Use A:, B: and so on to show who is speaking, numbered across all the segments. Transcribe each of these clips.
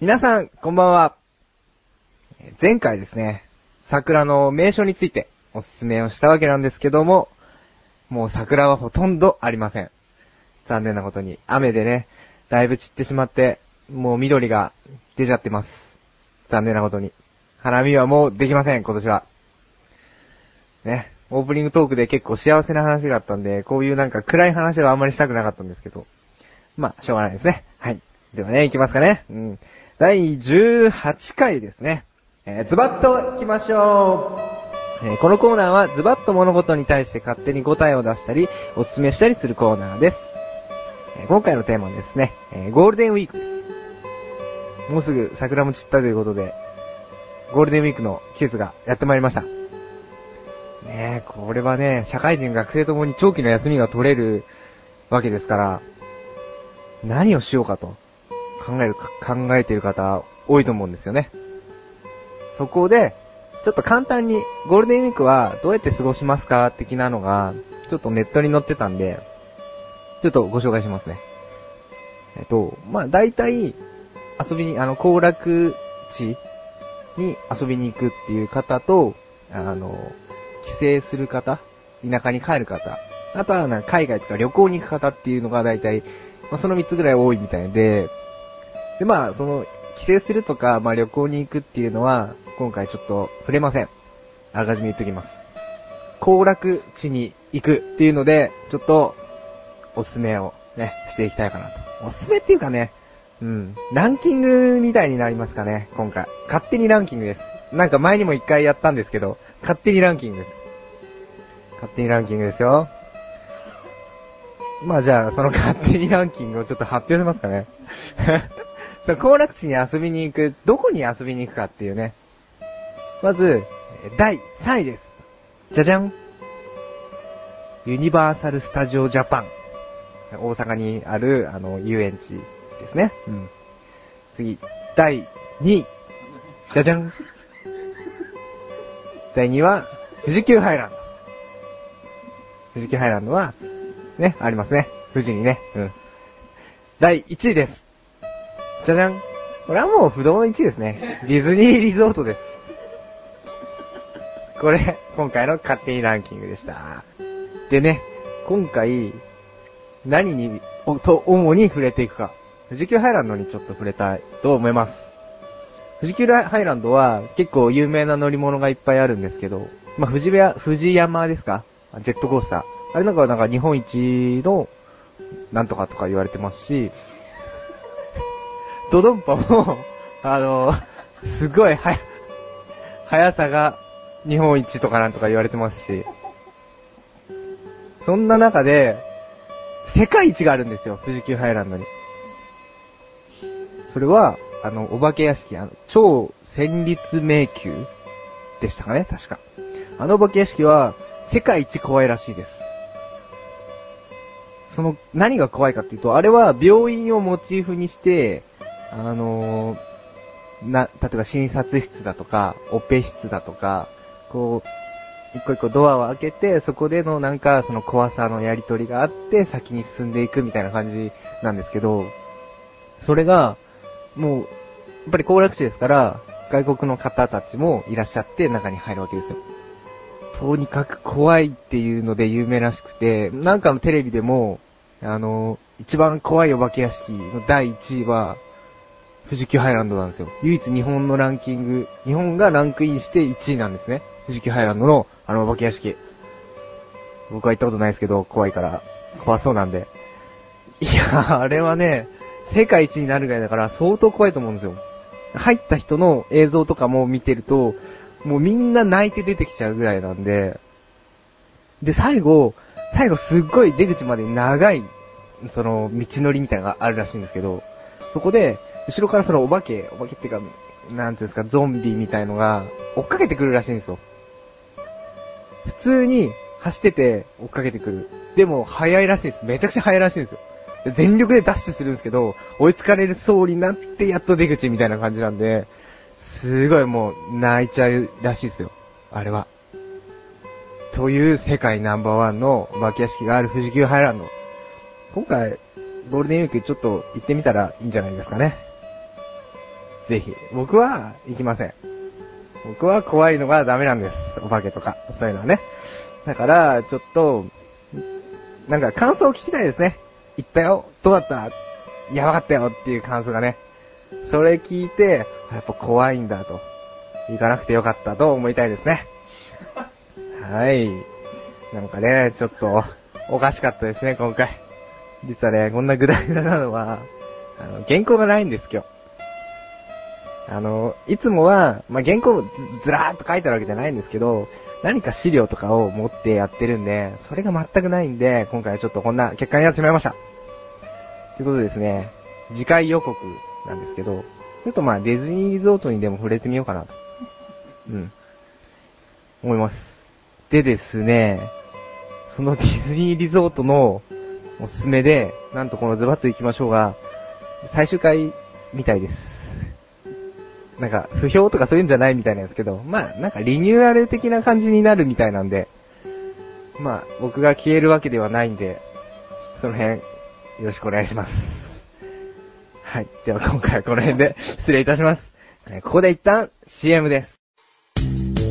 A: 皆さん、こんばんは。えー前回ですね、桜の名所についておすすめをしたわけなんですけども、もう桜はほとんどありません。残念なことに、雨でね、だいぶ散ってしまって、もう緑が出ちゃってます。残念なことに。花見はもうできません、今年は。ね、オープニングトークで結構幸せな話があったんで、こういうなんか暗い話はあんまりしたくなかったんですけど。まあ、しょうがないですね。はい。ではね、行きますかね。うん。第18回ですね。えーズバッと行きましょう、えーこのコーナーはズバッと物事に対して勝手に答えを出したり、おすすめしたりするコーナーです。えー今回のテーマはですね、えーゴールデンウィークです。もうすぐ桜も散ったということで、ゴールデンウィークの季節がやってまいりました。ねえ、これはね、社会人学生ともに長期の休みが取れるわけですから、何をしようかと考えるか、考えてる方多いと思うんですよね。そこで、ちょっと簡単にゴールデンウィークはどうやって過ごしますか的なのが、ちょっとネットに載ってたんで、ちょっとご紹介しますね。えっと、まあ、大体、遊びに、あの、行楽地に遊びに行くっていう方と、あの、帰省する方、田舎に帰る方、あとはなんか海外とか旅行に行く方っていうのが大体、まあ、その3つぐらい多いみたいで、で、まあ、その、帰省するとか、まあ、旅行に行くっていうのは、今回ちょっと触れません。あらかじめ言っときます。行楽地に行くっていうので、ちょっと、おすすめをね、していきたいかなと。おすすめっていうかね、うん、ランキングみたいになりますかね、今回。勝手にランキングです。なんか前にも一回やったんですけど、勝手にランキングです。勝手にランキングですよ。まあじゃあ、その勝手にランキングをちょっと発表しますかね。 そう、行楽地に遊びに行く、どこに遊びに行くかっていうね。まず、えー第3位です。じゃじゃんユニバーサル・スタジオ・ジャパン。大阪にある、あの、遊園地ですね。うん。次、第2位。じゃじゃん第2位は、富士急ハイランド。富士急ハイランドは、ね、ありますね。富士にね。うん。第1位です。じゃじゃん。これはもう不動の1位ですね。ディズニーリゾートです。これ、今回の勝手にランキングでした。でね、今回、何に、おと、主に触れていくか。富士急ハイランドにちょっと触れたいと思います。富士急ハイランドは結構有名な乗り物がいっぱいあるんですけど、まあ、富士や、富士山ですかあジェットコースター。あれなんかはなんか日本一の、なんとかとか言われてますし、ドドンパも、 あの、すごい速、速さが日本一とかなんとか言われてますし、そんな中で、世界一があるんですよ、富士急ハイランドに。それは、あの、お化け屋敷、あの、超戦慄迷宮でしたかね、確か。あのお化け屋敷は、世界一怖いらしいです。その、何が怖いかっていうと、あれは病院をモチーフにして、あのーな、例えば診察室だとか、オペ室だとか、こう、一個一個ドアを開けて、そこでのなんか、その怖さのやりとりがあって、先に進んでいくみたいな感じなんですけど、それが、もう、やっぱり行楽地ですから、外国の方たちもいらっしゃって中に入るわけですよ。とにかく怖いっていうので有名らしくて、なんかのテレビでも、あの、一番怖いお化け屋敷の第1位は、富士急ハイランドなんですよ。唯一日本のランキング、日本がランクインして1位なんですね。富士急ハイランドの、あの、お化け屋敷。僕は行ったことないですけど、怖いから、怖そうなんで。いや、あれはね、世界一になるぐらいだから相当怖いと思うんですよ。入った人の映像とかも見てると、もうみんな泣いて出てきちゃうぐらいなんで、で、最後、最後すっごい出口まで長い、その、道のりみたいなのがあるらしいんですけど、そこで、後ろからそのお化け、お化けっていうか、なんていうんですか、ゾンビみたいのが、追っかけてくるらしいんですよ。普通に、走ってて、追っかけてくる。でも、速いらしいです。めちゃくちゃ速いらしいんですよ。で全力でダッシュするんですけど、追いつかれるそうになって、やっと出口みたいな感じなんで、すごいもう泣いちゃうらしいですよ。あれは。という世界ナンバーワンのお化け屋敷がある富士急ハイランド。今回、ゴールデンウィークちょっと行ってみたらいいんじゃないですかね。ぜひ。僕は行きません。僕は怖いのがダメなんです。お化けとか、そういうのはね。だから、ちょっと、なんか感想を聞きたいですね。行ったよどうだったやばかったよっていう感想がね。それ聞いて、あやっぱ怖いんだと。行かなくてよかったと思いたいですね。はい。なんかね、ちょっと、おかしかったですね、今回。実はね、こんなグダグダなのは、あの、原稿がないんです、今日。あの、いつもは、まあ、原稿をずずらーっと書いてあるわけじゃないんですけど、何か資料とかを持ってやってるんで、それが全くないんで、今回はちょっとこんな結果になってしまいました。ということでですね、次回予告なんですけど、ちょっとまあディズニーリゾートにでも触れてみようかなと。うん。思います。でですね、そのディズニーリゾートのおすすめで、なんとこのズバッと行きましょうが、最終回みたいです。なんか、不評とかそういうんじゃないみたいなんですけど、まあ、なんかリニューアル的な感じになるみたいなんで、まあ、僕が消えるわけではないんで、その辺、よろしくお願いします。はい。では今回はこの辺で失礼いたします。えーここで一旦 CM です。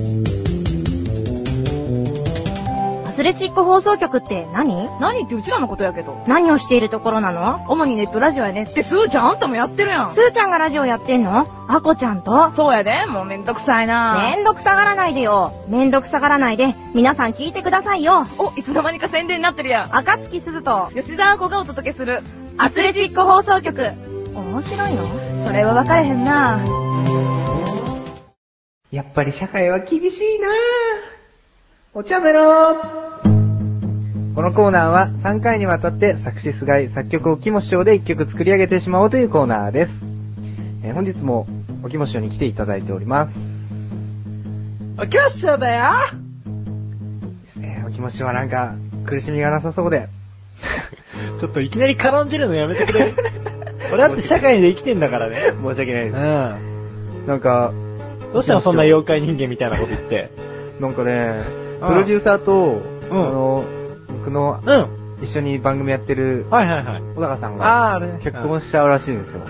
B: アスレチック放送局って何
C: 何ってうちらのことやけど。
B: 何をしているところなの
C: 主にネットラジオやね。ってすーちゃんあんたもやってるやん。
B: すーちゃんがラジオやってんのあこちゃんと
C: そうやで。もうめんどくさいな
B: めんどくさがらないでよ。めんどくさがらないで、皆さん聞いてくださいよ。
C: お、いつの間にか宣伝になってるやん。
B: 赤月すずと、
C: 吉田亜子がお届けする。
B: アスレチック放送局。面白いの
C: それは分かれへんな
A: やっぱり社会は厳しいなぁ。お茶べろこのコーナーは3回にわたって作詞すがい、作曲をキモ師匠で1曲作り上げてしまおうというコーナーです。えー本日もおキモ師匠に来ていただいております。
C: おきましょうだよ
A: ですね、お気持ちはなんか苦しみがなさそうで。
D: ちょっといきなり絡んでるのやめてく れ。俺だって社会で生きてんだからね。
A: 申し訳ないで
D: うん。
A: す。なんか、
D: どうしたのそんな妖怪人間みたいなこと言って。
A: なんかね、
D: ああ
A: プロデューサーと、あ
D: ん
A: の、僕の
D: うん。
A: 一緒に番組やってる
D: はいはいはい。
A: 小高さん
D: あ
A: が
D: あ、あれね。
A: 結婚しちゃうらしいんですよ。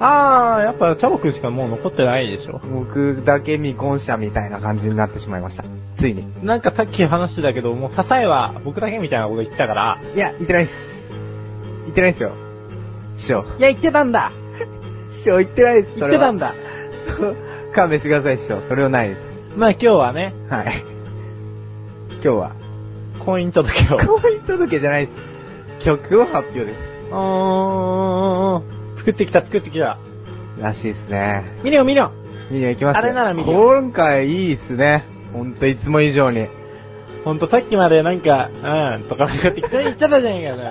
D: ああ、やっぱチャボくんしかもう残ってないでしょ。
A: 僕だけ未婚者みたいな感じになってしまいました。ついに。
D: なんかさっき話してたけど、もう支えは僕だけみたいなこと言ってたから。
A: いや、言ってないっす。言ってないっすよ。師匠。
D: いや、言ってたんだ
A: 師匠言ってないっす。
D: 言ってたん
A: だ。
D: だ
A: 勘弁してください、師匠。それはないです。
D: まあ今日はね、
A: はい。今日 は、
D: 婚姻届を。
A: 婚姻届じゃないです。曲を発表です。
D: うーん。作ってきた作ってきた。
A: らしいですね。
D: 見るよ見るよ
A: 見に行きますよ
D: あれなら見るよ
A: 今回いいっすね。ほんといつも以上に。
D: ほんとさっきまでなんか、うん、とかなんか適当に言っちゃったじゃんかよ。
A: そんな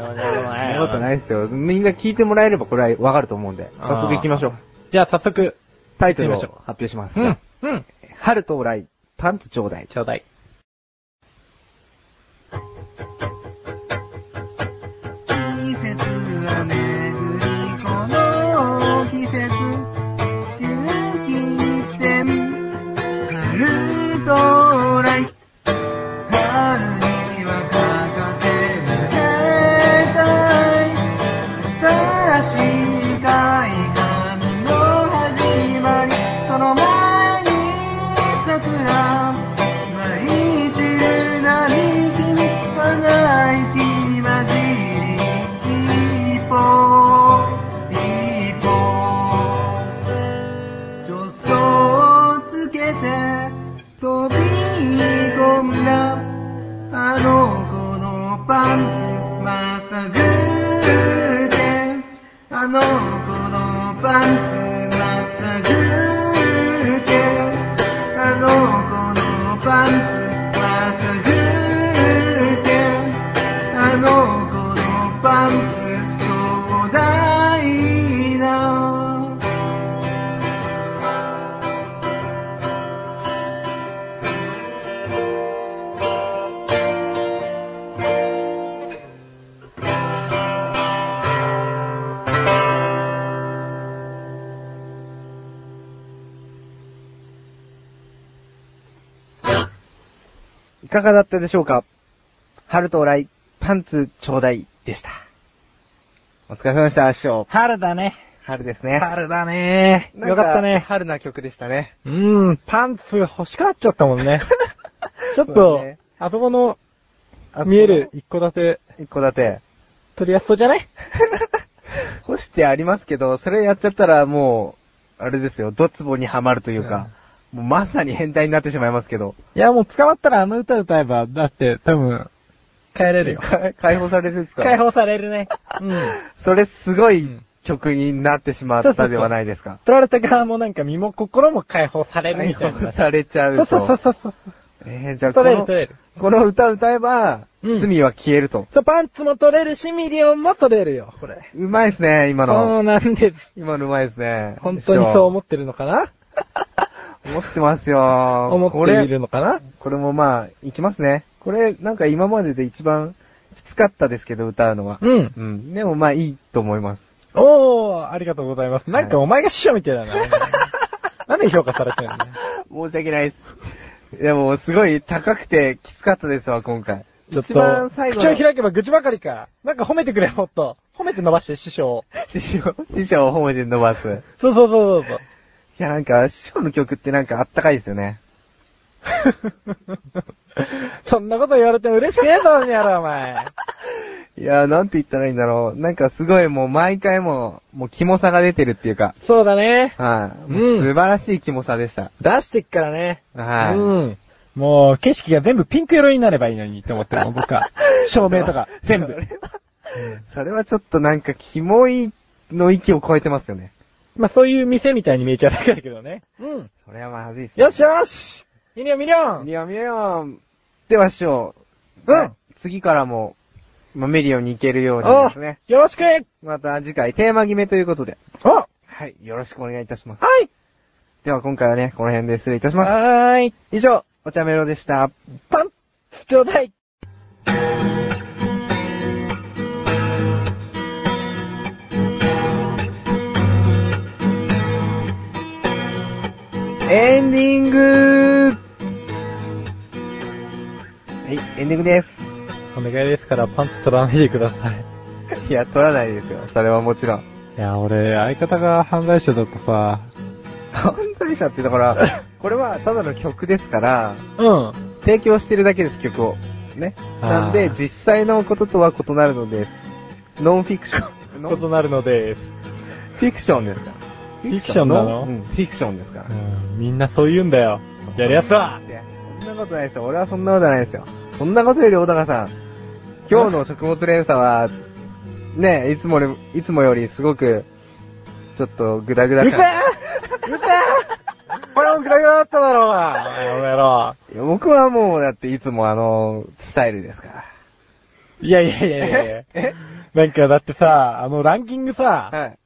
A: ことないっすよ。みんな聞いてもらえればこれはわかると思うんで。
D: あー
A: 早速行きましょう。
D: じゃあ早速。
A: タイトルを
D: 行って
A: 発
D: みまし
A: 表し
D: ょう
A: ます。。
D: うん。
A: 春到来、パンツちょうだい。
D: ちょうだい。
A: 季節は巡りこの季節春季って春到来春には欠かせない新しい快感の始まりその前に桜舞い散る並木に花息混じり一歩一歩助走をつけて飛び込んだあの子のパンツまさぐってあの子のパンツまさぐってあの子のパンツまさぐってあの子のパンツちょうだいないかがだったでしょうか春到来、パンツちょうだいでした。お疲れ様でした、師匠。
D: 春だね。
A: 春ですね。
D: 春だね
A: なん
D: よかったね。
A: 春な曲でしたね。
D: うーん、パンツ欲しくなっちゃったもん ね。ちょっ
A: そう
D: と
A: ね、
D: あそこの見える一戸建て
A: 一戸建て。
D: 取りやすそうじゃない
A: 干してありますけど、それやっちゃったらもう、あれですよ、ドツボにはまるというか、もうまさに変態になってしまいますけど、
D: いや、もう捕まったらあの歌歌えば、だって多分、帰れるよ。
A: か解放されるんですか
D: 解放されるね。うん。
A: それすごい
D: ん
A: 曲になってしまったではないですか。
D: 取られた側もなんか身も心も解放される
A: 解
D: みたいな
A: 放。されちゃう
D: そ
A: と。
D: うそうそうそうそう。
A: えーじゃあこ
D: 取れる
A: の、
D: 取れる。
A: この歌歌えば、
D: うん
A: 罪は消えると。
D: そう、パンツも取れるし、ミリオンも取れるよ、これ。
A: うまいですね、今
D: そ
A: の。
D: うなんです。
A: 今のうまいですね。
D: 本当にそう
A: 思
D: 思ってるのかな
A: 思ってますよ。
D: 思
A: こ
D: ってい
A: れ、
D: るのかな
A: これもまあ、いきますね。これ、なんか今までで一番きつかったですけど、歌うのは。
D: うん。
A: うん。でもまあ、いいと思います。
D: おー、ありがとうございます。
A: はい
D: なんかお前が師匠みたいだな。 なんで評価されてるの
A: 申し訳ないです。でも、すごい高くてきつかったですわ、今回。
D: ちょっ
A: 一番最
D: と、
A: 後
D: 口を
A: の、
D: 開けば愚痴ばかりか。なんか褒めてくれよ、もっと。褒めて伸ばして、師匠を。
A: 師匠、師匠を褒めて伸ばす。い
D: そうそうそうそう
A: や、なんか、師匠の曲ってなんかあったかいですよね。
D: そう。 そんなこと言われても嬉しくねえぞ、おやろ、お前。
A: いや、なんて言ったらいいんだろう。なんかすごいもう毎回もう、もうキモさが出てるっていうか。
D: そうだね。
A: はい。もう
D: うん
A: 素晴らしいキモさでした。
D: 出してっからね。
A: はい。
D: うん。もう、景色が全部ピンク色になればいいのにって思ってるもん、僕 は。照明とか、全部。
A: それはちょっとなんか、キモいの域を超えてますよね。
D: まあ、そういう店みたいに見えちゃうだけだけどね。うん。
A: それはまずいっすね
D: よしよしミリオンミリオン
A: いや、メリオン。では、師匠。
D: うん
A: 次からも、まあ、メリオンに行けるように
D: お
A: ですね。
D: よろしく
A: また次回、テーマ決めということで。
D: おは
A: はい。よろしくお願いいたします。
D: い
A: では、今回はね、この辺で失礼いたします。
D: はーい。
A: 以上、お茶メロでした。
D: パンツちょうだい
A: エンディングはい、エンディングです。
D: お願いですからパンツ取らないでください。
A: いや、取らないですよ。それはもちろん。
D: いや、俺、相方が犯罪者だとさ、
A: 犯罪者ってだから、これはただの曲ですから、
D: うん。
A: 提供してるだけです、曲を。ね。
D: あー
A: なんで、実際のこととは異なるのです。ノンフィクション。ノンフ
D: なるのです。
A: ィクションですから。フ
D: ィクションなの
A: うん、フィクションですから。
D: うん、みんなそう言うんだよ。やるやつは。
A: いや、そんなことないですよ。俺はそんなことないですよ。そんなことより、小高さん。今日の食物連鎖は、ね、いつもより、いつもよりすごく、ちょっとグダグダ
D: うせ
A: 感。
D: えうせえこれもグラグラだっただろうが。お前やろ。
A: いや僕はもう、だっていつもあの、スタイルですから。
D: いやいやいやいやいや
A: え
D: なんかだってさ、あのランキングさ、
A: はい。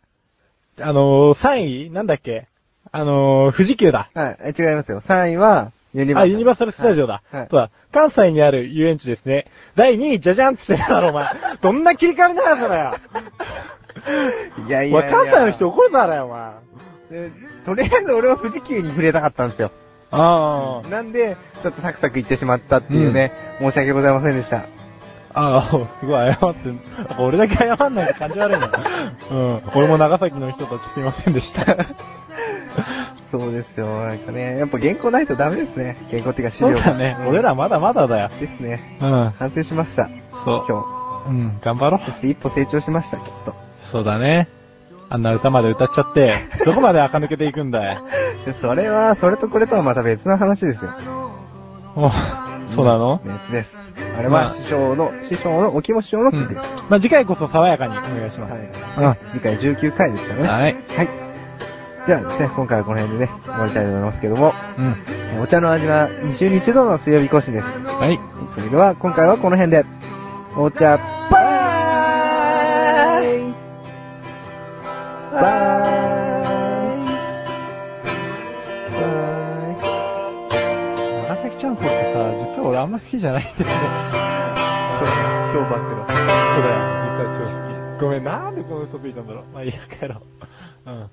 D: あのー、3位なんだっけあのー、富士急だ。
A: はいえ、違いますよ。3位は、ユニバーサ
D: あ、
A: ル。
D: ユニバーサルスタジオだ。
A: はいはい
D: そうだ関西にある遊園地ですね。第2位、じゃじゃんって言ってただろ、お前。どんな切り替わりだよ、それ。
A: いやい
D: お
A: やい
D: 前
A: や。
D: 関西の人怒るだろ、お前。
A: でとりあえず俺は富士急に触れたかったんですよ。
D: あ
A: なんで、ちょっとサクサク行ってしまったっていうね、申し訳ございませんでした。
D: あ。ああ、すごい謝ってん、俺だけ謝んないと感じ悪いな。うん。俺も長崎の人たちすいませんでした。
A: そうですよ。なんかね、やっぱ原稿ないとダメですね。原稿って いうか資
D: そう
A: 料が。
D: だね。
A: ん
D: 俺。らまだまだだよ。
A: ですね。
D: うん。
A: 反省しました。
D: そ
A: 今日。
D: う。うん。頑張ろ
A: そ
D: う。
A: して一歩成長しました、きっと。
D: そうだね。あんな歌まで歌っちゃって、どこまで垢抜けていくんだい。
A: でそれは、それとこれとはまた別の話ですよ。
D: もう、そうなの
A: 別です。あれ
D: まあ
A: は師匠の、師匠の、お気持ち師匠の
D: う
A: 曲
D: ん
A: です。は。
D: まあ、次回こそ爽やかにお願いします。
A: い。次回19回ですからね。
D: はい。
A: はい。ではですね、今回はこの辺でね、終わりたいと思いますけども、
D: うん。
A: お茶の味は2週に1度の水曜日更新です。
D: はい。
A: それでは、今回はこの辺で、お茶、バイバイバイ
D: 長崎ちゃんこってさ、実は俺あんま好きじゃないんだよね。
A: 超バックだ。
D: そうだよ、実は超好き。ごめん、なんでこの嘘ついたんだろう。まあ、いいや、帰ろう。うん。